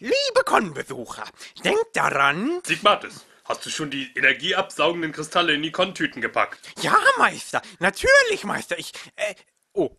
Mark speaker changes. Speaker 1: Liebe Con-Besucher, denkt daran.
Speaker 2: Sigmatis, hast du schon die energieabsaugenden Kristalle in die Con-Tüten gepackt?
Speaker 1: Ja, Meister, natürlich, Meister. Ich. Äh, oh,